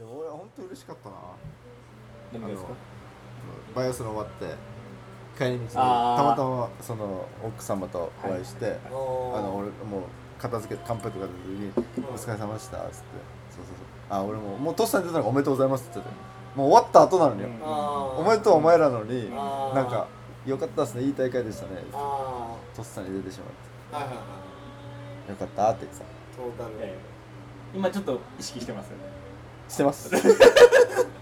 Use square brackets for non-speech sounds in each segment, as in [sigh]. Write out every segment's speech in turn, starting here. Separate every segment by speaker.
Speaker 1: 本当嬉しかったな
Speaker 2: 何がですか
Speaker 1: バイオスの終わって帰り道にた
Speaker 2: あー
Speaker 1: またまその奥様とお会いして、
Speaker 3: あ
Speaker 1: あの
Speaker 3: の
Speaker 1: 俺もう片付けて乾杯とか出た時に「お疲れ様でした」っつってそうそうそうあ俺ももうトシさん出たのがおめでとうございますって言っててもう終わった後なのによ、
Speaker 2: うん
Speaker 1: おめでとうお前らなのに
Speaker 3: あー
Speaker 1: なんかよかったですねいい大会でしたね
Speaker 3: ああ
Speaker 1: トシさんに出てしまっ
Speaker 3: ーはいはいはい
Speaker 1: てよかったって言って
Speaker 3: トータル
Speaker 2: いやいや今ちょっと意識してますよね
Speaker 1: たしてます
Speaker 2: [laughs]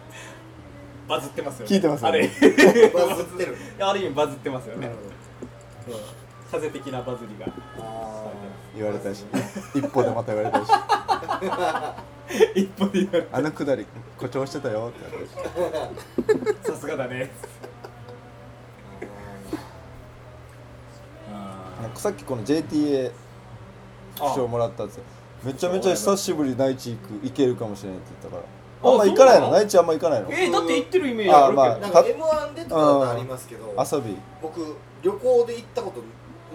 Speaker 2: バズってますよ、
Speaker 1: 聞いてますよ
Speaker 2: あれ
Speaker 1: ね
Speaker 3: バズってる
Speaker 2: [laughs] ある意味バズってますよ
Speaker 1: な
Speaker 2: ね
Speaker 1: るほど
Speaker 2: うん風的なバズりが [laughs]
Speaker 3: あ
Speaker 1: 言われたし一歩でまた言われたし
Speaker 2: 一歩で言われる
Speaker 1: あのくだり誇張してたよって言われたし
Speaker 2: さすがだね
Speaker 1: なんかさっきこの JTA 賞もらったんですよめちゃめちゃ久しぶり内地行く行けるかもしれないって言ったからあんま行かないの
Speaker 2: そうなの
Speaker 1: 内地あんま行かないの
Speaker 2: えー、だって言ってるイメージあるけど、
Speaker 1: あま
Speaker 3: ーな
Speaker 1: あ
Speaker 3: んか M1 でとかだとありますけど
Speaker 1: 遊び
Speaker 3: 僕旅行で行ったこと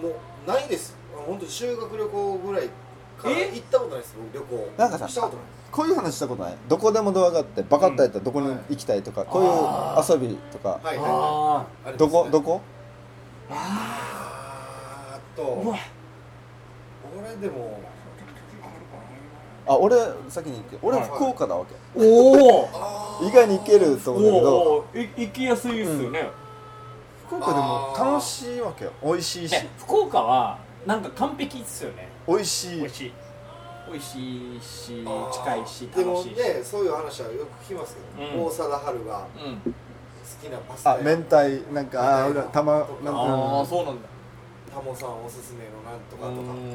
Speaker 3: もうないです本当修学旅行ぐらいから
Speaker 2: え
Speaker 3: 行ったことないです僕旅行
Speaker 1: なんかさ
Speaker 3: したことない
Speaker 1: こういう話したことないどこでもドアがあってバカッとやったらどこに行きたいとか、こ
Speaker 2: あ
Speaker 1: ういう遊びとか
Speaker 3: はいはいは
Speaker 2: あ
Speaker 3: いあれですね
Speaker 1: どこどこ
Speaker 3: あーっ
Speaker 2: ーう
Speaker 3: と
Speaker 2: わ
Speaker 3: 俺でも
Speaker 1: あ俺先に行って俺
Speaker 2: はい
Speaker 1: 福岡だわけ、
Speaker 2: おお
Speaker 3: あ
Speaker 1: 意外に行けると
Speaker 2: お
Speaker 1: 思うんだけど
Speaker 2: おい行きやすいですよね、
Speaker 1: 福岡でも楽しいわけよ美味しいし
Speaker 2: え福岡はなんか完璧っすよね
Speaker 1: 美味しい
Speaker 2: 美味しい美味しいし
Speaker 3: あー
Speaker 2: 近いし
Speaker 3: でも
Speaker 2: 楽しいし、
Speaker 3: ねそういう話はよく聞きますけど、
Speaker 2: うん
Speaker 3: 大貞治が好
Speaker 2: うん
Speaker 3: きなパス
Speaker 1: あ
Speaker 3: タや
Speaker 1: 明太なんかあー
Speaker 3: 明太
Speaker 1: たまなん
Speaker 2: ああ
Speaker 1: か
Speaker 2: そうなんだ
Speaker 3: タモさんおすすめのなんとか
Speaker 2: う
Speaker 3: とか
Speaker 2: ん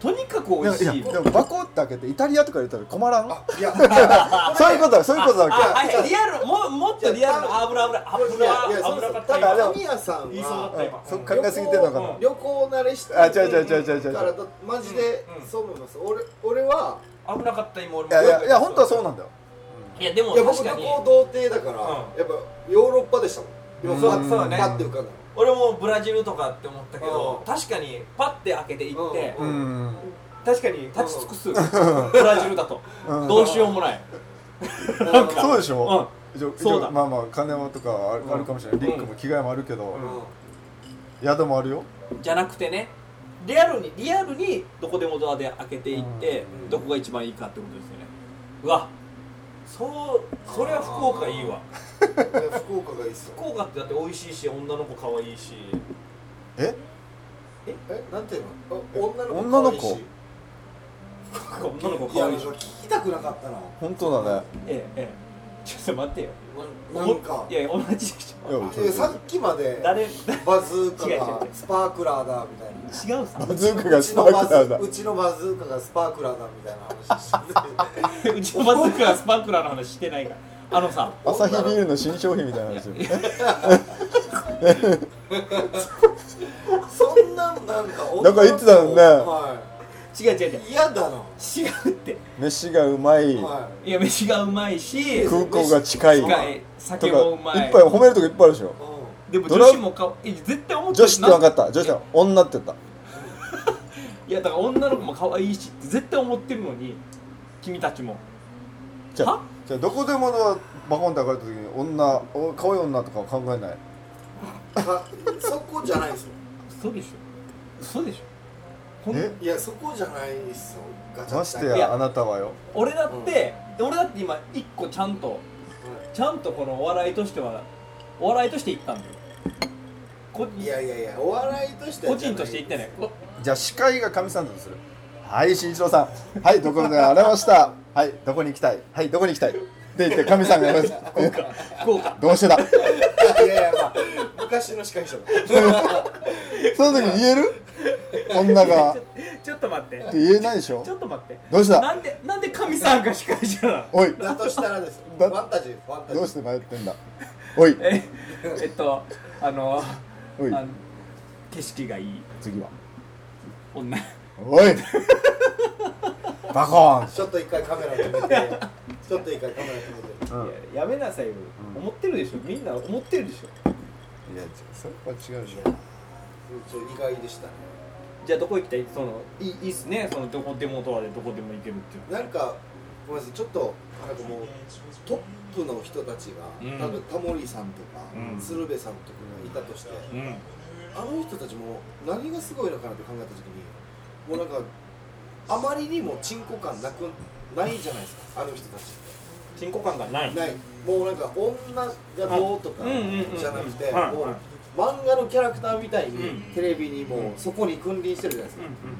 Speaker 2: とにかく
Speaker 1: うん
Speaker 2: 美
Speaker 1: なんかい
Speaker 2: 味し
Speaker 1: や
Speaker 2: い
Speaker 1: でもバコって開けてイタリアとか入れたら困らん
Speaker 3: あいや
Speaker 1: そういうことだそういうことだ
Speaker 2: あ
Speaker 1: わ
Speaker 2: あはいリアルももっとリアルな油油
Speaker 3: いやいや
Speaker 2: 油
Speaker 3: そう
Speaker 2: 油
Speaker 3: そ
Speaker 2: か
Speaker 3: う
Speaker 2: った今
Speaker 3: だか
Speaker 1: あで
Speaker 3: ら
Speaker 1: も
Speaker 3: 宮さん
Speaker 2: 言いそうだっ
Speaker 3: は
Speaker 2: た今
Speaker 1: あそっか考えすぎてんのかな
Speaker 2: うん
Speaker 3: 旅行慣れしてる
Speaker 1: あ違う違う違う違う違う
Speaker 3: からだマジで
Speaker 2: うんうん
Speaker 3: そう思います俺俺は
Speaker 2: 危なかった今俺も
Speaker 1: けいやいやいや本当はそうなんだよ
Speaker 2: いやでも
Speaker 3: いや僕
Speaker 2: 確
Speaker 3: 旅
Speaker 2: かに
Speaker 3: 行童貞だからや
Speaker 2: う
Speaker 3: っぱヨーロッパでしたもん今
Speaker 1: うん
Speaker 3: パ
Speaker 2: そうだね
Speaker 3: ッて浮かんだ
Speaker 2: 俺もブラジルとかって思ったけど
Speaker 3: うん
Speaker 2: 確かにパッて開けて行って
Speaker 3: う
Speaker 1: うんん
Speaker 2: 確かに立ち尽くすブラジルだと
Speaker 1: うん
Speaker 2: どうしようもない
Speaker 3: なんか
Speaker 1: そうでし
Speaker 2: う
Speaker 1: ょ
Speaker 2: ん
Speaker 1: 一応
Speaker 2: そうだ
Speaker 1: まあまあ金もとかある,、
Speaker 2: うん
Speaker 1: あるかもしれないリンクも着替えもあるけど、
Speaker 2: うん
Speaker 1: 宿もあるよ
Speaker 2: じゃなくてねリアルにリアルにどこでもドアで開けていって
Speaker 3: うん
Speaker 2: どこが一番いいかってことですよねうわそうそれは福岡いいわ
Speaker 3: いや福岡がいいっすよ
Speaker 2: 福岡ってだって美味しいし女の子可愛いし
Speaker 1: え
Speaker 3: えなんていうのお女の子
Speaker 1: 女の子
Speaker 3: 可愛いし
Speaker 2: 福岡女の子
Speaker 3: いや
Speaker 2: 可愛いし
Speaker 3: 聞きたくなかったな
Speaker 1: 本当だね
Speaker 2: ええええちょっと待ってよ
Speaker 3: なんか
Speaker 2: いやいや同じでし
Speaker 1: いや
Speaker 2: ょ
Speaker 1: そう
Speaker 3: えさっきまで
Speaker 2: 誰
Speaker 3: バズーカ
Speaker 2: 違う違
Speaker 3: が
Speaker 2: う違う
Speaker 3: スパークラーだみたいな
Speaker 2: 違う
Speaker 1: [laughs]
Speaker 2: さ
Speaker 1: バズーカ
Speaker 3: う
Speaker 1: が
Speaker 3: ち
Speaker 1: ス
Speaker 3: の
Speaker 1: パ
Speaker 3: バ
Speaker 1: ークラー
Speaker 3: ズ
Speaker 1: だ
Speaker 3: うちのバズーカがスパークラーだみたいな話してて
Speaker 2: うちのバズーカはスパークラーの話してないからあのさ
Speaker 1: アサヒビールの新商品みたいな話だ
Speaker 3: そんなんなんか女の子
Speaker 1: なんか言ってたもんね
Speaker 3: は
Speaker 2: 違う違う違う
Speaker 3: い嫌だな
Speaker 2: 違うって
Speaker 1: 飯がうまい
Speaker 3: はい
Speaker 2: や飯がうまいし
Speaker 1: 空港が近いとか
Speaker 2: 近
Speaker 1: いっ
Speaker 2: い酒もうま
Speaker 1: ぱ
Speaker 2: い
Speaker 1: い褒めるとこいっぱいあるでしょ
Speaker 3: い
Speaker 2: でも
Speaker 1: ド
Speaker 2: 女
Speaker 1: ラ
Speaker 2: 子もかえ絶対思って
Speaker 1: 女子って分か
Speaker 2: っ
Speaker 1: った女子だ女って言った
Speaker 2: いやだから女の子も可愛いしって絶対思ってるのに君たちも
Speaker 1: じゃあ
Speaker 2: は
Speaker 1: じゃあどこでものバコンって上がるときに女お可愛い女とかは考えない
Speaker 3: かそこじゃないですよ
Speaker 2: 嘘でしょ嘘でしょほん
Speaker 1: え
Speaker 3: いやそこじゃないですよガチャ
Speaker 1: まして
Speaker 2: いや
Speaker 1: やあなたはよ
Speaker 2: 俺だって、俺だって今一個ちゃんとちゃんとこのお笑いとしてはお笑いとして行ったんだよこ
Speaker 3: いやいやいやお笑いとしては
Speaker 2: 個人として行ってねこ
Speaker 1: じゃあ司会が神さんだとするはい新一郎さんはいどこで荒れましたはいどこに行きたいはいどこに行きたいって言って神さんが福岡
Speaker 2: 福岡
Speaker 1: どうしてだ
Speaker 3: いやいや、まあ、昔の司会者 [laughs] だ
Speaker 1: その時言える女がっ
Speaker 2: ちょ [laughs] ちょっと待って
Speaker 1: て言えないでしょ
Speaker 2: ちょっと待って
Speaker 1: どうした
Speaker 2: なんでなんで神さんが司会者なの
Speaker 1: おい
Speaker 3: だとしたらですフ
Speaker 1: だ
Speaker 3: ァンタジーファンタジ
Speaker 1: どう
Speaker 3: ー
Speaker 1: して迷ってんだおい
Speaker 2: ええっとあの
Speaker 1: おい
Speaker 2: あの景色がいい
Speaker 1: 次は
Speaker 2: 女
Speaker 1: おいバコーン
Speaker 3: ちょっと一回カメラ止めてちょっと一回カメラ止めて
Speaker 1: うん
Speaker 2: いややめなさいよ、思ってるでしょみんな思ってるでしょ
Speaker 1: いやそこは違うでし
Speaker 3: ちょっと意外でしたね
Speaker 2: じゃあどこ行きたいそのいいいいっすねそのどこでもドアでどこでも行けるっていう
Speaker 3: なんかごめんなさいちょっとなんかもうトップの人たちが、
Speaker 2: うん
Speaker 3: 多分タモリさんとか、
Speaker 2: うん
Speaker 3: 鶴瓶さんとかがいたとして、
Speaker 2: うん
Speaker 3: あの人たちも何がすごいのかなって考えた時にもうなんかあまりにもチンコ感なくないじゃないですかあの人たち
Speaker 2: チンコ感がない
Speaker 3: ないもうなんか女がどうとか
Speaker 2: うんうんうんうん
Speaker 3: じゃなくて
Speaker 2: はい
Speaker 3: もう漫画のキャラクターみたいに
Speaker 2: うん
Speaker 3: テレビにもうそこに君臨してるじゃないです
Speaker 2: う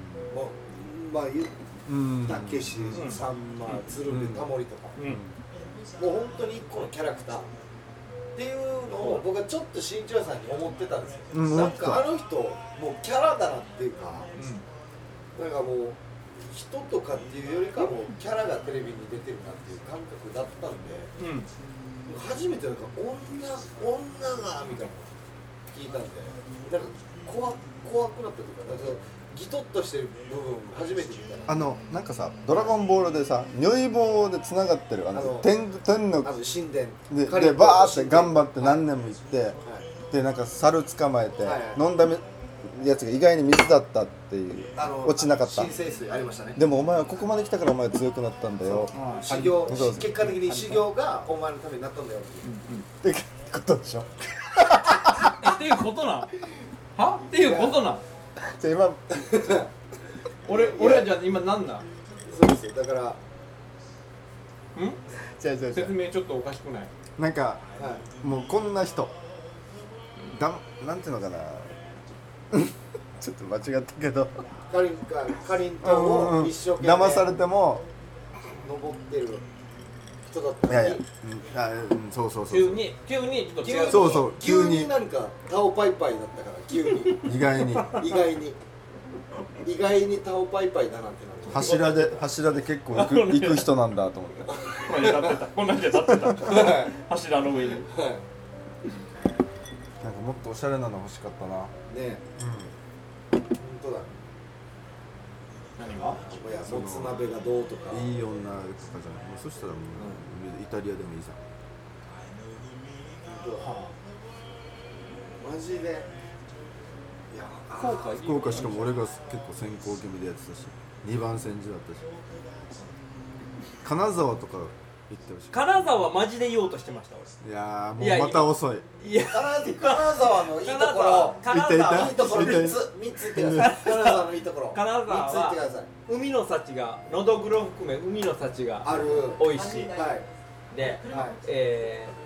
Speaker 2: んう
Speaker 3: か
Speaker 2: ん
Speaker 3: もうまあ言う
Speaker 1: うん
Speaker 3: たけし
Speaker 2: ん
Speaker 3: さんま鶴瓶タモリとか
Speaker 2: うん
Speaker 3: もう本当に一個のキャラクターっていうのを僕はちょっと新庄さんに思ってたんですよ、
Speaker 1: うん
Speaker 3: な
Speaker 1: 思っ
Speaker 3: ん
Speaker 1: てた
Speaker 3: かあの人もうキャラだなっていうか、なんかもう人とかっていうよりかもうキャラがテレビに出てるなっていう感覚だったんで
Speaker 2: うん
Speaker 3: 初めてなんか女女がみたいな聞いたんでなんか怖怖くなったというかなんかギトッとしてる部分初めて見た
Speaker 1: あ
Speaker 3: な
Speaker 1: のなんかさ「ドラゴンボール」でさ如意棒でつながってるあの
Speaker 3: あの
Speaker 1: 天天の
Speaker 3: あの神殿
Speaker 1: で
Speaker 3: 彼
Speaker 1: で
Speaker 3: と
Speaker 1: バーって頑張って
Speaker 3: はい
Speaker 1: 何年も行って
Speaker 3: はい
Speaker 1: でなんか猿捕まえて
Speaker 3: はいはい
Speaker 1: 飲んだめやつが意外に水だったっていう
Speaker 3: あの
Speaker 1: 落ちなかった
Speaker 3: 新生水ありましたね
Speaker 1: でもお前はここまで来たからお前は強くなったんだよ
Speaker 2: あ
Speaker 3: 修行
Speaker 1: そうそう
Speaker 3: 結果的に修行がお前のためになったんだよっていう
Speaker 1: ってことでし
Speaker 3: [laughs]
Speaker 1: ょ
Speaker 2: えっていうことなんはっていうことなん
Speaker 1: じゃあ今
Speaker 2: 俺俺はじゃあ今なんなんん
Speaker 3: そうですよだから、は
Speaker 1: じゃあじゃあじゃ
Speaker 2: 説明ちょっとおかしくない
Speaker 1: あなんか
Speaker 3: い、
Speaker 1: もうこんな人だんなんていうのかな [laughs] ちょっと間違った
Speaker 3: [laughs]
Speaker 1: けど
Speaker 3: かりんかかりんとを一生懸命
Speaker 1: 騙されても
Speaker 3: 登ってる人だった
Speaker 1: い
Speaker 3: の
Speaker 1: や
Speaker 3: に
Speaker 1: いや、うん、あうんそうそうそう
Speaker 2: 急に急にちょっと
Speaker 3: 急
Speaker 2: 違う
Speaker 3: に
Speaker 1: そうそう
Speaker 3: 急
Speaker 1: 急に
Speaker 3: になんかタオパイパイだったから急に
Speaker 1: 意外に
Speaker 3: 意外に意外にタオパイパイだなんてなって
Speaker 1: 柱で柱で結構行く
Speaker 2: あのね
Speaker 1: 行く人なんだと思って
Speaker 2: こんなに立ってたこんなに立ってた
Speaker 3: は
Speaker 2: 柱の上に
Speaker 3: いは
Speaker 1: なんかもっとおしゃれなの欲しかったな、
Speaker 3: いねえ本当だ
Speaker 2: 何が
Speaker 3: いやもつ鍋がどうとか
Speaker 1: いい女とかじゃないもうそしたらもうイタリアでもいいさ
Speaker 3: 本当だマジでいや
Speaker 2: 福岡
Speaker 1: 福岡しかも俺が結構先行気味でやってたし2番戦時だったし金沢とか行ってほし
Speaker 2: 金沢マジで言おうとしてました
Speaker 1: いいや
Speaker 2: いや
Speaker 1: ーもうまた遅い
Speaker 2: 俺いや
Speaker 3: 金金沢のいいところ
Speaker 2: 金
Speaker 1: いたい
Speaker 2: 沢
Speaker 1: た
Speaker 3: いいところ三つ三つ言ってください金沢のいいところ
Speaker 2: 金沢は
Speaker 3: 三つ言ってください
Speaker 2: 海の幸がのどぐろ含め海の幸が
Speaker 3: ある
Speaker 2: 美味しい
Speaker 3: はい
Speaker 2: で
Speaker 3: はい
Speaker 2: えー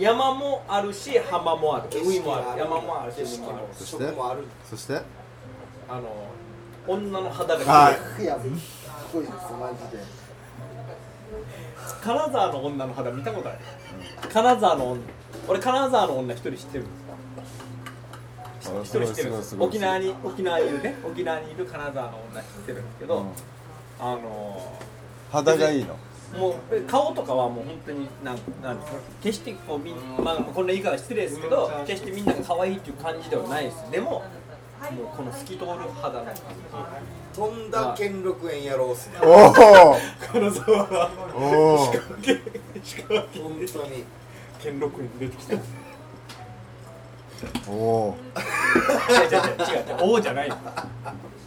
Speaker 2: 山もあるし浜もある海もある山もある
Speaker 3: 景
Speaker 2: し
Speaker 3: 色
Speaker 2: 海もあ
Speaker 3: も
Speaker 2: る
Speaker 1: そして
Speaker 3: 食もある
Speaker 1: そして
Speaker 2: あの女の肌が
Speaker 1: はい
Speaker 3: いや、かっこいいです、マジで。
Speaker 2: 金沢の女の肌見たことない金沢の女俺金沢の女一人知ってるんですよ
Speaker 1: あ
Speaker 2: 一人知ってるん
Speaker 1: ごいすごい
Speaker 2: ですす
Speaker 1: すごい
Speaker 2: 沖縄に沖縄にいるね沖縄にいる金沢の女知ってるんですけど、
Speaker 1: うん
Speaker 2: あの
Speaker 1: 肌がいいの
Speaker 2: ーもう顔とかはもう本当になんなんですか決してこうみんまあこんな言い方失礼ですけど決してみんなが可愛いっていう感じではないですでももうこの透き通る肌の
Speaker 3: とんだ兼六園やろうっすね。
Speaker 1: お
Speaker 2: 金沢は [laughs]
Speaker 1: おおお
Speaker 2: 石川
Speaker 3: 本当に。
Speaker 2: 県六に出てきた違う
Speaker 1: おお
Speaker 2: 違う違う違う王じゃない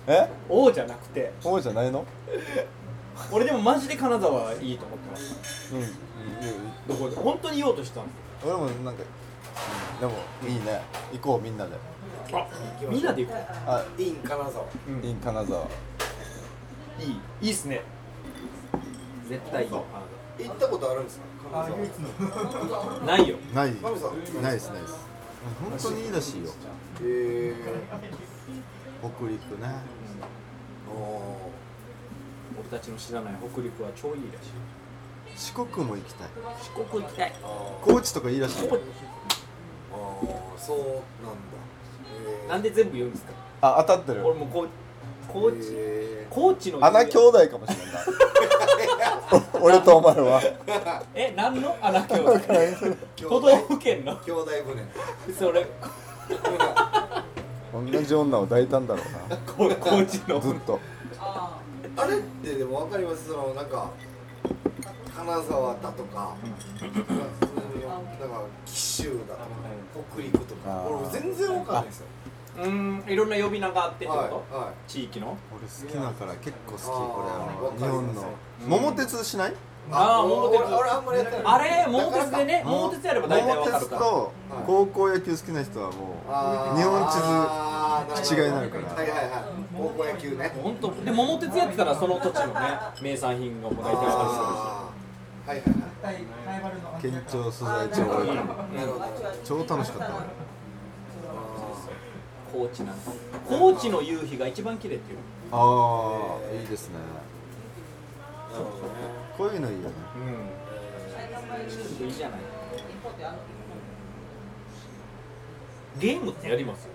Speaker 1: え
Speaker 2: 王じゃなくて
Speaker 1: おじゃないの
Speaker 2: 俺でもマジで金沢はいいと思ってます
Speaker 1: うん、うん、
Speaker 2: どこで本当に言おうとしたんで
Speaker 1: 俺もなんか、うん、でもいいね行こうみんなです
Speaker 2: よあみんなで行こ
Speaker 1: あ、
Speaker 3: イン金沢。
Speaker 2: う、
Speaker 1: いい金沢
Speaker 2: いいいいっすね絶対いいよ
Speaker 3: 行ったことあるんですか。金
Speaker 2: ないよ
Speaker 1: ない
Speaker 3: 沢。マミさん。え
Speaker 1: ないですないです本当にいいらしいよ
Speaker 3: えー。
Speaker 1: 北陸ね
Speaker 3: お
Speaker 2: 俺たちの知らない北陸は超いいらし
Speaker 1: 四
Speaker 2: い
Speaker 1: 国も行きたい
Speaker 2: 四国行きたい
Speaker 3: ーあー。
Speaker 1: 高知とかいいらしいよ
Speaker 3: あーそうなんだ。
Speaker 2: なんで全部言うんですか
Speaker 1: あ当たってる
Speaker 2: 俺もうこう高知、
Speaker 3: え
Speaker 2: 高知の
Speaker 1: 穴兄弟かもしれ [laughs] ないお俺とお前は
Speaker 2: え何の穴兄弟都道府県の
Speaker 3: ー。兄弟船。
Speaker 2: それ
Speaker 1: 同じ女を抱いたんだろうな
Speaker 2: こ高知の
Speaker 1: ずっと
Speaker 3: あれってでもわかります。そのなんか。金沢だとか。なんかそのなんか紀州だとか。北陸と
Speaker 1: あ
Speaker 3: か。
Speaker 1: ー
Speaker 3: 俺全然わかんないですよ。
Speaker 2: うんいろんな呼び名があってってこと、
Speaker 3: はいはい
Speaker 2: 地域の
Speaker 1: 俺好きだから結構好きこれ
Speaker 3: あー
Speaker 1: あの日本の
Speaker 3: わか
Speaker 2: ります
Speaker 1: 桃鉄しない
Speaker 2: ああ
Speaker 3: 俺
Speaker 2: 桃鉄
Speaker 3: 俺俺あんまりやってない
Speaker 2: あれ桃鉄でね桃鉄やれば大体わかるから
Speaker 1: 桃鉄と高校野球好きな人はも
Speaker 3: あー
Speaker 1: う日本地図
Speaker 3: あー
Speaker 1: 口がいになるから
Speaker 3: はいはいはい高校野球ね
Speaker 2: 本当で桃鉄やってたらその土地のね名産品がもう大体わか
Speaker 3: あーはいはいはい
Speaker 1: 県庁所在地多いから
Speaker 2: るしなるほど
Speaker 1: 超楽しかったね
Speaker 2: 高知なんか高知の夕日が一番綺麗っていう
Speaker 1: ああいいですね
Speaker 3: なるほどね
Speaker 1: こういうのいいよね
Speaker 2: うんいいじゃないゲームってやります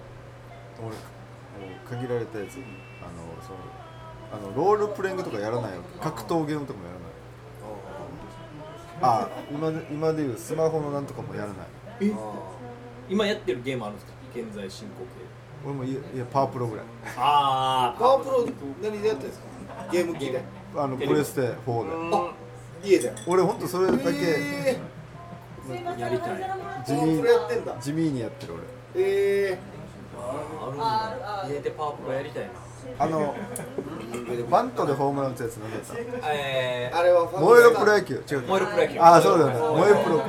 Speaker 1: 俺もう限られたやつあのそうあのロールプレイングとかやらないよ格闘ゲームとかもやらないあ今で今でいうスマホのなんとかもやらない
Speaker 2: え
Speaker 3: あ
Speaker 2: 今やってるゲームあるんですか現在進行形
Speaker 1: 俺もいいやパワープロぐらい
Speaker 2: あ
Speaker 3: ーパワープロ何でやってるんですかゲーム機で
Speaker 1: あのプレステ4で
Speaker 3: あ家で
Speaker 1: 俺ほんとそれだけ
Speaker 3: え
Speaker 2: やりたい
Speaker 4: あ
Speaker 1: 地
Speaker 3: パワー
Speaker 1: 味
Speaker 3: プロやってんだ
Speaker 1: 地味にやってる俺
Speaker 3: ー、え
Speaker 2: あるんだ家でパワープロやりたいな
Speaker 1: あのバントでホームラン打つやつ何だった
Speaker 2: え
Speaker 3: ー、あれはファン
Speaker 1: 燃えるプロ野球違う
Speaker 2: 燃えるプロ野球
Speaker 1: ああそうだよね燃えるプロ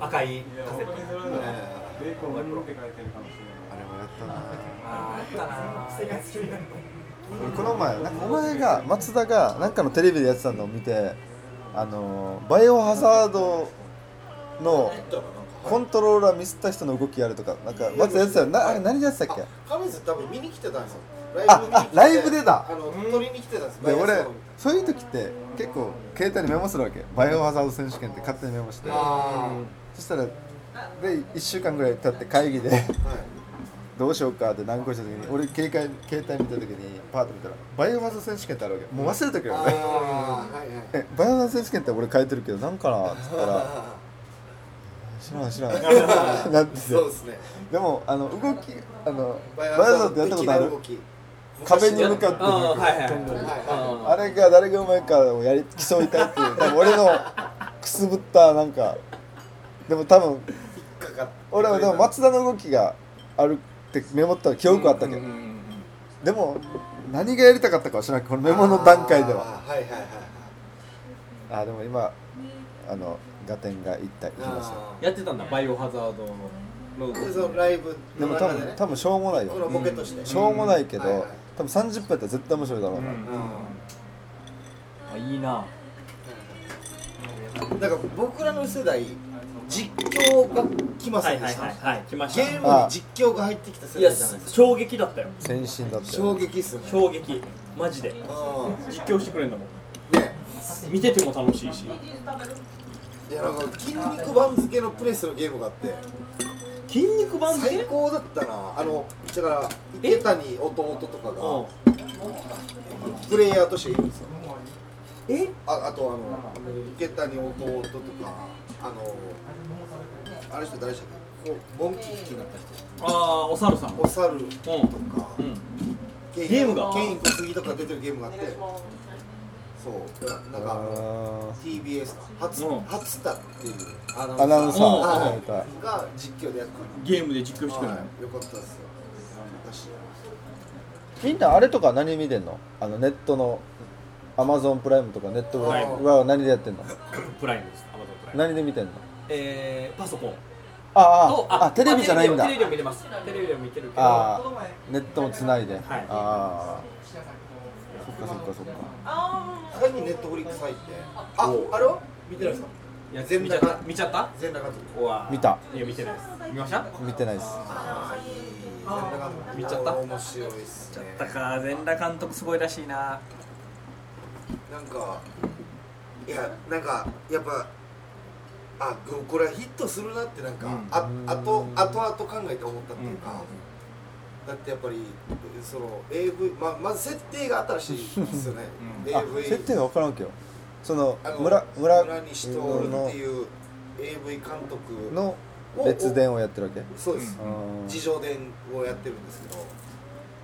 Speaker 2: 赤いカセット
Speaker 5: ベーコンが黒って書いてるかもしれない
Speaker 1: あれもやったな
Speaker 2: あったな
Speaker 1: 俺この前なんかお前が松田がなんかのテレビでやってたのを見てあのバイオハザードのコントローラーミスった人の動きやるとかなんか松田やってたよなあれ何でやってたっけ
Speaker 3: カメズ多分見に来てたんですよラ
Speaker 1: あ
Speaker 3: イブ見に来て
Speaker 1: あライブでだ
Speaker 3: あの撮りに来てたんです
Speaker 1: で俺
Speaker 3: バイオス
Speaker 1: そういう時って結構携帯にメモするわけバイオハザード選手権って勝手にメモして
Speaker 3: のあ
Speaker 1: そしたらで1週間ぐらい経って会議で
Speaker 3: あ、はい、
Speaker 1: どうしようかって難航した時に俺携帯携帯見た時にパーッと見たらバイオハザード選手権ってあるわけもう忘れたけどね
Speaker 3: あーはいはい
Speaker 1: え [laughs] バイオハザード選手権って俺書いてるけどなんかなっつったら知らん知ら
Speaker 3: [laughs]
Speaker 1: んなってて
Speaker 3: そうですね
Speaker 1: でもあの動きあのバ
Speaker 3: バ
Speaker 1: イ
Speaker 3: イ
Speaker 1: オハ
Speaker 3: オハ
Speaker 1: ザ
Speaker 3: ザ
Speaker 1: ー
Speaker 3: ー
Speaker 1: ド
Speaker 3: ド
Speaker 1: っ
Speaker 3: ってて
Speaker 1: や
Speaker 3: や
Speaker 1: っこある
Speaker 3: ったたこととある動き
Speaker 1: 壁に向かって
Speaker 2: ああはいはい
Speaker 1: 飛んでる
Speaker 2: あ
Speaker 1: あれが誰がうまいかをやり競いたいって
Speaker 3: [laughs]
Speaker 1: いう多分俺のくすぶったなんかでも多分
Speaker 3: かかっ
Speaker 1: 俺はでも松田の動きがあるってメモった記憶あったけど、でも何がやりたかったかは知らなくこのメモの段階では
Speaker 3: あーはいはいはいはい
Speaker 1: あーでも今あのガテンが一体いきました
Speaker 3: あ
Speaker 2: やってたんだバイオハザードの動
Speaker 3: ーで
Speaker 2: き
Speaker 3: そのライブ
Speaker 1: で
Speaker 3: の
Speaker 1: も多
Speaker 3: 中で
Speaker 1: 分
Speaker 3: ね
Speaker 1: 多分しょうもない
Speaker 3: この
Speaker 1: よ
Speaker 3: ボケとして、
Speaker 1: しょうもないけど、
Speaker 3: はいはい
Speaker 1: 多分30分やったら絶対面白いだろうな、
Speaker 2: うん
Speaker 3: う
Speaker 2: あいいな。
Speaker 3: んなんか僕らの世代実況が来ませんでした、
Speaker 2: はい。来ま
Speaker 3: ゲームに実況が入ってきた世
Speaker 2: いや
Speaker 3: 代じゃないですか
Speaker 2: 衝撃だったよ。
Speaker 1: 先進だった
Speaker 3: 衝
Speaker 1: よ
Speaker 3: 撃っすね
Speaker 2: 衝撃。マジで。
Speaker 3: う
Speaker 2: 実況してくれんだもん。
Speaker 3: んね
Speaker 2: 見てても楽しいし。
Speaker 3: いやなんか筋肉番付のプレスのゲームがあって
Speaker 2: 筋肉番付？
Speaker 3: 最高だったなあのだから池谷弟とか
Speaker 2: うん
Speaker 3: が。プレイヤーとしているんですよ
Speaker 2: え？
Speaker 3: ああとあの池谷弟とかあのあれ人誰でしたっけこうボンキッキになった人
Speaker 2: ああお猿さん。
Speaker 3: お猿
Speaker 2: う
Speaker 3: とか
Speaker 2: ん。うん。
Speaker 3: ケイ
Speaker 2: ゲームが
Speaker 3: ケイン小杉とか出てるゲームがあってそうだからなんかあの
Speaker 1: あ
Speaker 3: TBS か初
Speaker 2: うん
Speaker 3: 初田っていうアナウン
Speaker 1: ーアナウンサー
Speaker 2: うん
Speaker 1: はい
Speaker 3: はいが実況でやってた
Speaker 2: ゲームで実況してくれんだも
Speaker 3: は
Speaker 2: ん。
Speaker 3: いよかったですよ昔
Speaker 1: みんなあれとか何見てんのあのネットのアマゾンプライムとかネット
Speaker 3: はい
Speaker 1: は何でやってんの
Speaker 2: プライムです。アマゾンプライム。
Speaker 1: 何で見てんの
Speaker 2: えーパソコン。
Speaker 1: あ
Speaker 2: と
Speaker 1: ああテレビじゃないんだ
Speaker 2: テレビテレビも見れます。テレビでも見てるけど。
Speaker 1: ああネットもつないで、
Speaker 2: はい
Speaker 1: ああそっかそっかそっか
Speaker 3: 他にネットフリックス入ってああれは見てないですか
Speaker 2: いや全部見ちゃった。見ちゃった？
Speaker 3: 全裸監督
Speaker 2: うわー
Speaker 1: 見た。
Speaker 2: いや見てないです。見ました？
Speaker 1: 見てないです
Speaker 2: 見ちゃった
Speaker 3: 面白いっすね
Speaker 2: だから全裸監督すごいらしいな。
Speaker 3: なんかいやなんかやっぱあここれはヒットするなってなんか、
Speaker 2: うん
Speaker 3: ああと後々考えて思ったっていうか、だってやっぱりその AV まあまず設定が新しいですよね、
Speaker 2: う
Speaker 1: あ
Speaker 3: AV
Speaker 1: 設定が分からんけよその
Speaker 3: あの
Speaker 1: 村村
Speaker 3: 村西徹っていう AV 監督
Speaker 1: の列伝をやってるわけ
Speaker 3: そうです、
Speaker 1: うん
Speaker 3: 自叙伝をやってるんですけ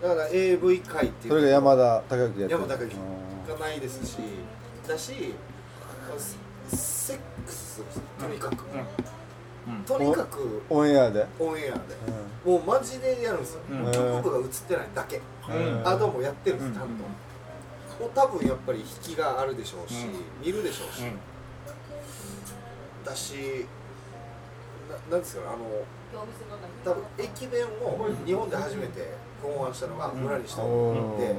Speaker 3: どだから AV 界っていう
Speaker 1: それが山田孝之やってる
Speaker 3: 山田孝之
Speaker 1: うん
Speaker 3: がないですしだしセセックスとにかく、
Speaker 2: うん
Speaker 3: とにかく
Speaker 1: オンエアで、
Speaker 3: オンエアでもうマジでやるんですよ、
Speaker 2: うん
Speaker 3: もう僕が映ってないだけ、
Speaker 2: うん
Speaker 3: あともうやってるんですちゃんと、
Speaker 2: うん
Speaker 3: もう多分やっぱり引きがあるでしょうし、見るでしょうし、だしななんですかねあの多分駅弁を日本で初めて考案したのが村西
Speaker 1: うん、
Speaker 3: と、
Speaker 1: おー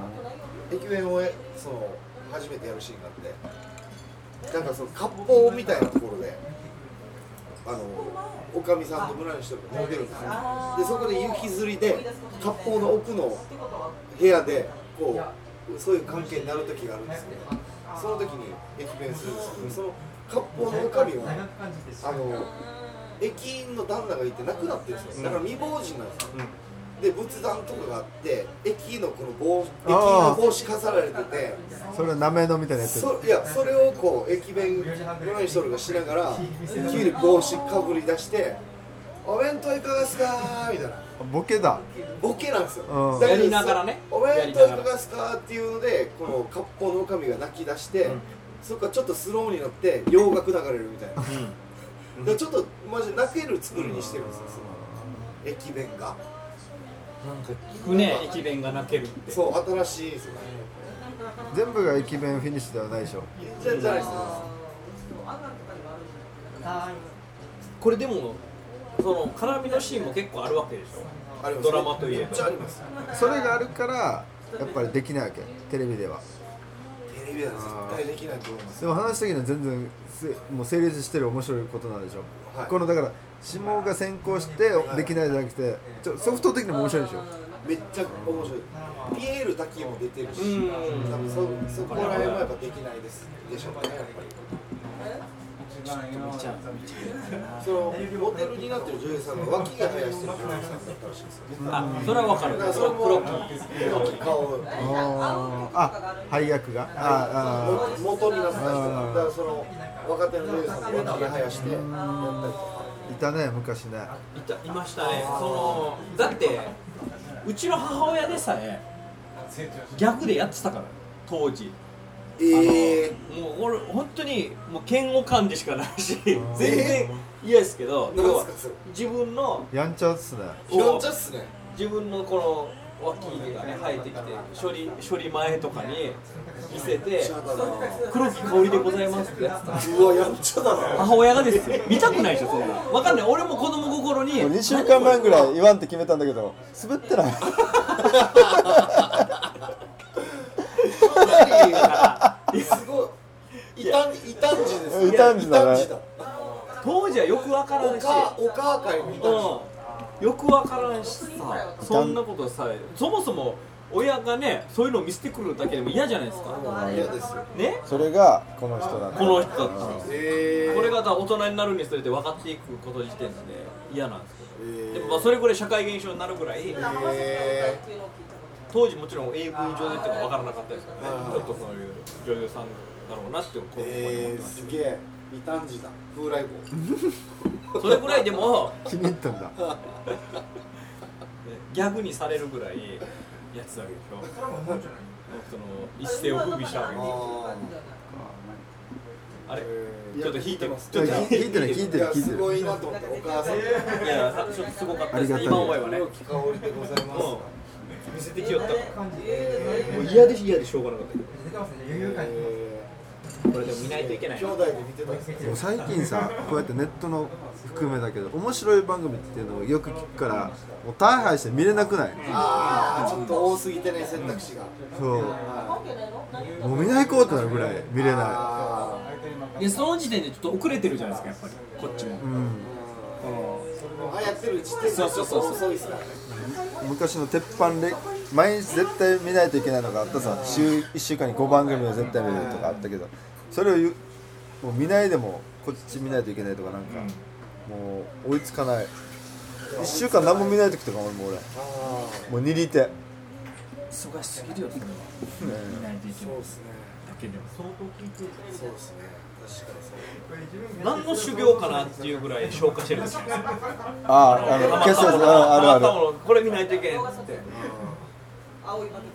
Speaker 3: 駅弁をえその初めてやるシーンがあってなんかその割烹みたいなところであのおかみさんと村の人が飲んでるんですよでそこで雪吊りで割烹の奥の部屋でこうそういう関係になる時があるんですよその時に駅弁するんですけどその割烹のおかみはあの駅員の旦那がいて亡くなってるんですよだから未亡人なんですよ、で仏壇とかがあって駅のこの帽子駅員の帽子飾られてて
Speaker 1: それはなめのみたいなやつ
Speaker 3: そいやそれをこう駅弁のない人がしながら急に帽子かぶり出して「お弁当いかがですか?」みたいな
Speaker 1: ボケだ
Speaker 3: ボケなんですよ、
Speaker 1: うん
Speaker 3: だけど
Speaker 2: やりながらね
Speaker 3: お弁当いかがですか?」っていうのでこの割烹の女将が泣き出して、そっからちょっとスローになって洋楽流れるみたい [laughs] な、でちょっとマジで泣ける作りにしてるんですよその駅弁が
Speaker 2: なんか聞くね駅弁が泣けるって
Speaker 3: そう新しいですよね
Speaker 1: 全部が駅弁フィニッシュではないでしょ
Speaker 3: じゃじゃないですよ
Speaker 2: これでもその絡みのシーンも結構あるわけでしょ
Speaker 3: あります
Speaker 2: ドラマといえば
Speaker 3: めっちゃあります
Speaker 1: それがあるからやっぱりできないわけテレビでは
Speaker 3: テレビでは絶対できないと思います
Speaker 1: でも話的には全然せもう成立してる面白いことなんでしょ、
Speaker 3: はい
Speaker 1: このだから指紋が先行してできないじゃなくてちょソフト的にも面白いでしょ
Speaker 3: めっちゃ面白いピエール滝も出てるし
Speaker 2: うん
Speaker 3: 多分そそこら辺はやっぱできないですでしょうねやっぱり
Speaker 2: 見ちゃう
Speaker 3: そのモデルになってる女優さんが脇が生やしてる女優さんだったらしいですよ
Speaker 2: あそれはわかる
Speaker 3: だ
Speaker 2: それ
Speaker 3: からそれ
Speaker 2: は
Speaker 3: も
Speaker 2: 黒木
Speaker 3: 黒木顔
Speaker 1: ああ配役がああ
Speaker 3: 元になった人だからその若手の女優さんが脇が生やしてやったりとか
Speaker 1: いたね昔ね
Speaker 2: いたいましたねそのだってうちの母親でさえ逆でやってたから当時
Speaker 3: ええ
Speaker 2: もう俺本当にもう嫌悪感でしかないし全然嫌ですけど
Speaker 3: 何
Speaker 2: 要
Speaker 3: で
Speaker 2: は
Speaker 3: すかそれ
Speaker 2: 自分の
Speaker 1: やんちゃっすね
Speaker 3: ひろんちゃんっすね
Speaker 2: 自分のこの脇がね生えてきて処理処理前とかに見せて
Speaker 3: ちゃだな
Speaker 2: 「黒木香りでございます」ってやってた
Speaker 3: うわやんちゃだな
Speaker 2: 母親がですよ見たくないでしょそんなわかんない俺も子供心に
Speaker 1: 2週間前ぐらい言わんって決めたんだけど滑ってない
Speaker 3: すごい異端異端児ですね
Speaker 1: 異端児だね
Speaker 3: 異端
Speaker 2: 当時はよくわからんし
Speaker 3: おかお母会の異端児
Speaker 2: うんよくわからんしさそんなことさそもそも親がねそういうのを見せてくるだけでも嫌じゃないですか
Speaker 3: 嫌ですよ
Speaker 2: ね
Speaker 1: それがこの人だった
Speaker 2: この人だったんです
Speaker 3: え
Speaker 2: これがだから大人になるにつれて分かっていくこと時点で嫌なんですけど
Speaker 3: えー
Speaker 2: でもまあそれぐらい社会現象になるぐらい
Speaker 3: え
Speaker 2: 当時もちろん AV 女優っていうか分からなかったですからね
Speaker 3: あー
Speaker 2: ちょっとそういう女優さんだろうなって思
Speaker 3: ー、
Speaker 2: い
Speaker 3: え
Speaker 2: ま
Speaker 3: ー、
Speaker 2: す
Speaker 3: すげえ異端児だ風来坊
Speaker 2: それぐらいでも
Speaker 1: 気に入ったんだ
Speaker 2: ギャグにされるぐらいやつだけでしょその一世を風靡した
Speaker 3: あ
Speaker 2: あれ
Speaker 3: ー
Speaker 2: ちょっと引いてます
Speaker 1: ちょっと
Speaker 2: ちょっと
Speaker 1: 聞いてない聞い
Speaker 3: い
Speaker 1: てない
Speaker 3: や
Speaker 1: 聞いて
Speaker 3: す
Speaker 1: ない
Speaker 3: ごいなと思ったお母さん
Speaker 2: いやさちょっとすごかったです
Speaker 1: あ
Speaker 2: ね
Speaker 1: りがたい
Speaker 2: 今思えばね
Speaker 3: 黒木香りでございます
Speaker 2: うん見せてきよったからもう嫌で嫌でしょうがなかったけ
Speaker 3: え
Speaker 2: どこれでも見ないといけない
Speaker 3: ー、兄弟で見てたんです
Speaker 1: もう最近さこうやってネットの含めだけど面白い番組っていうのをよく聞くからもう大敗して見れなくない
Speaker 3: ああちょっと多すぎてね選択肢が、
Speaker 1: そうもう見ないこうってなるぐらい見れな
Speaker 3: あ
Speaker 2: いやその時点でちょっと遅れてるじゃないですかやっぱりこっちも
Speaker 1: い、うん、
Speaker 3: ーあやってる時点でちょっと遅いっすからね
Speaker 1: 昔の鉄板で毎日絶対見ないといけないのがあったさ週1週間に5番組を絶対見るとかあったけどそれをゆもう見ないでもこっち見ないといけないとかなんか、もう追いつかない1週間何も見ない時とか俺も俺
Speaker 3: ああ
Speaker 1: もう握り手、ね
Speaker 2: 忙しすぎるよそれは見ないといけ
Speaker 3: そ
Speaker 2: ないう
Speaker 3: っすね
Speaker 2: だけでも
Speaker 3: そうですね。確かにそう。
Speaker 2: 何の修行かなっていうぐらい消化してるんですよ
Speaker 1: あああの決勝
Speaker 2: たも
Speaker 1: 戦
Speaker 2: の
Speaker 1: ああるある
Speaker 2: たものこれ見ないといけんっつって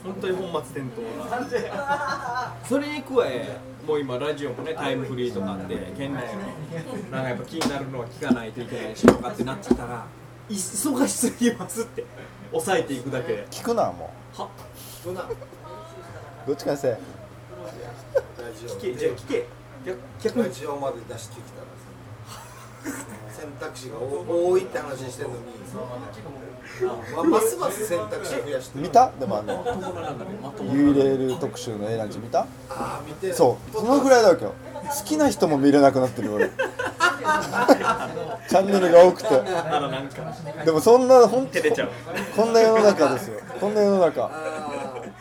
Speaker 2: 本当に本末転倒なそれに加えもう今ラジオもねタイムフリーとかあって県内のなんかやっぱ気になるのは聞かないといけないしとかってなっちゃったらい忙しすぎますって抑えていくだけで
Speaker 1: 聞くなも
Speaker 2: は
Speaker 3: そんな
Speaker 1: うどっちかにせ
Speaker 3: ラジオ
Speaker 2: 聞けじゃあ聞け逆逆
Speaker 3: ラ
Speaker 2: に
Speaker 3: ジオまで出してきたらさ選択肢が多いって話してるのにまあますます選択肢増やして
Speaker 1: 見たでもあの
Speaker 2: まともななんかねまともな
Speaker 1: 幽霊ル特集の A ランチ見た
Speaker 3: ああ見て
Speaker 1: そうそのぐらいだわけよ好きな人も見れなくなってる俺チャンネルが多くて
Speaker 2: ならなんか
Speaker 1: でもそんな本当
Speaker 2: 照れちゃう
Speaker 1: こんな世の中ですよこんな世の中
Speaker 3: あ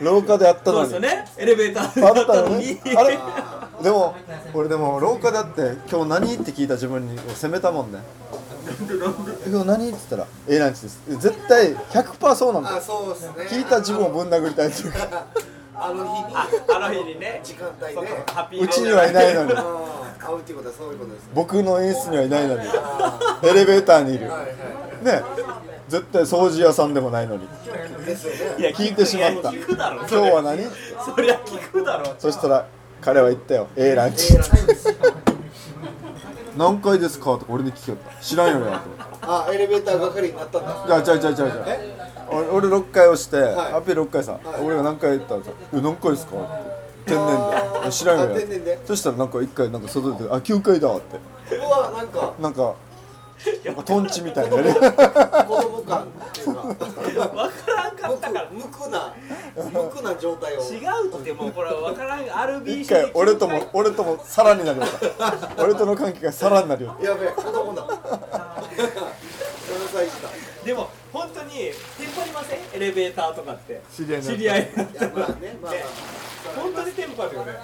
Speaker 1: 廊下であった
Speaker 2: そう
Speaker 1: の
Speaker 2: です
Speaker 1: に
Speaker 2: よねエレベーター
Speaker 1: あ
Speaker 2: だ
Speaker 1: っ
Speaker 2: った
Speaker 1: た
Speaker 2: の
Speaker 1: の
Speaker 2: [laughs] に
Speaker 1: にあれ
Speaker 3: あ
Speaker 1: でも俺でも廊下であって「今日何?」って聞いた自分に責めたもんね「え今日何?」って言ったら「A ランチです」絶対100%そうなんだ
Speaker 3: あ
Speaker 1: よ
Speaker 3: そうですね
Speaker 1: 聞いた自分をぶん殴りたいっていうか
Speaker 3: あの日に
Speaker 2: ああの日にね
Speaker 3: 時間帯で
Speaker 2: そうかハッピー
Speaker 1: うちにはいないのに
Speaker 3: ああ会うっていうことはそういうことですね
Speaker 1: 僕の演出にはいないのに
Speaker 3: あ
Speaker 1: エレベーターにいる
Speaker 3: あはい
Speaker 1: ね
Speaker 3: は
Speaker 1: 絶対掃除屋さんでもないのに
Speaker 3: いですよ
Speaker 2: い
Speaker 3: ね
Speaker 2: や
Speaker 1: 聞いてしまった
Speaker 2: いや聞くだろ
Speaker 1: 今日は何
Speaker 2: そりゃ聞くだろ
Speaker 1: そしたら彼は言ったよ「A ランチ
Speaker 3: A ランチです」
Speaker 1: 何回ですか?」とか俺に聞きよった知らんよなと思って
Speaker 3: あエレベーター係になったんだ
Speaker 1: じゃあじゃあじゃあじゃあじゃあ俺俺6回押して、
Speaker 3: い
Speaker 1: アピール6回さ、俺が何回言ったらさ「え何回ですか?」って天然で知らんよ
Speaker 3: あ天然で
Speaker 1: そしたらなんか1回なんか外で「あ9回だ」って
Speaker 3: ここはなんか
Speaker 1: なんかなんかトンチみたいな [laughs] ね
Speaker 3: 子供感っていうか
Speaker 2: わからんか
Speaker 3: 無
Speaker 2: ったから
Speaker 3: 垢無垢な無垢な状態を
Speaker 2: 違うってもうこれ分からん RBC
Speaker 1: 一回俺とも俺ともさらになりよった俺との関係がさらになりよった
Speaker 3: やべえ子供だ [laughs] 7歳児だ
Speaker 2: でも本当にテンパりませんエレベーターとかって
Speaker 1: 知り合いになった
Speaker 2: 知り合いになっ
Speaker 3: い
Speaker 2: た
Speaker 3: やまあねまあまあ
Speaker 2: 本当にテンパるよね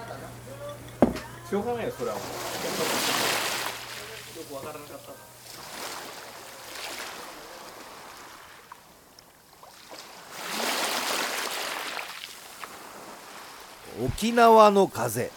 Speaker 2: しょうがないよそれはもうよく分からなかった
Speaker 4: 沖縄の風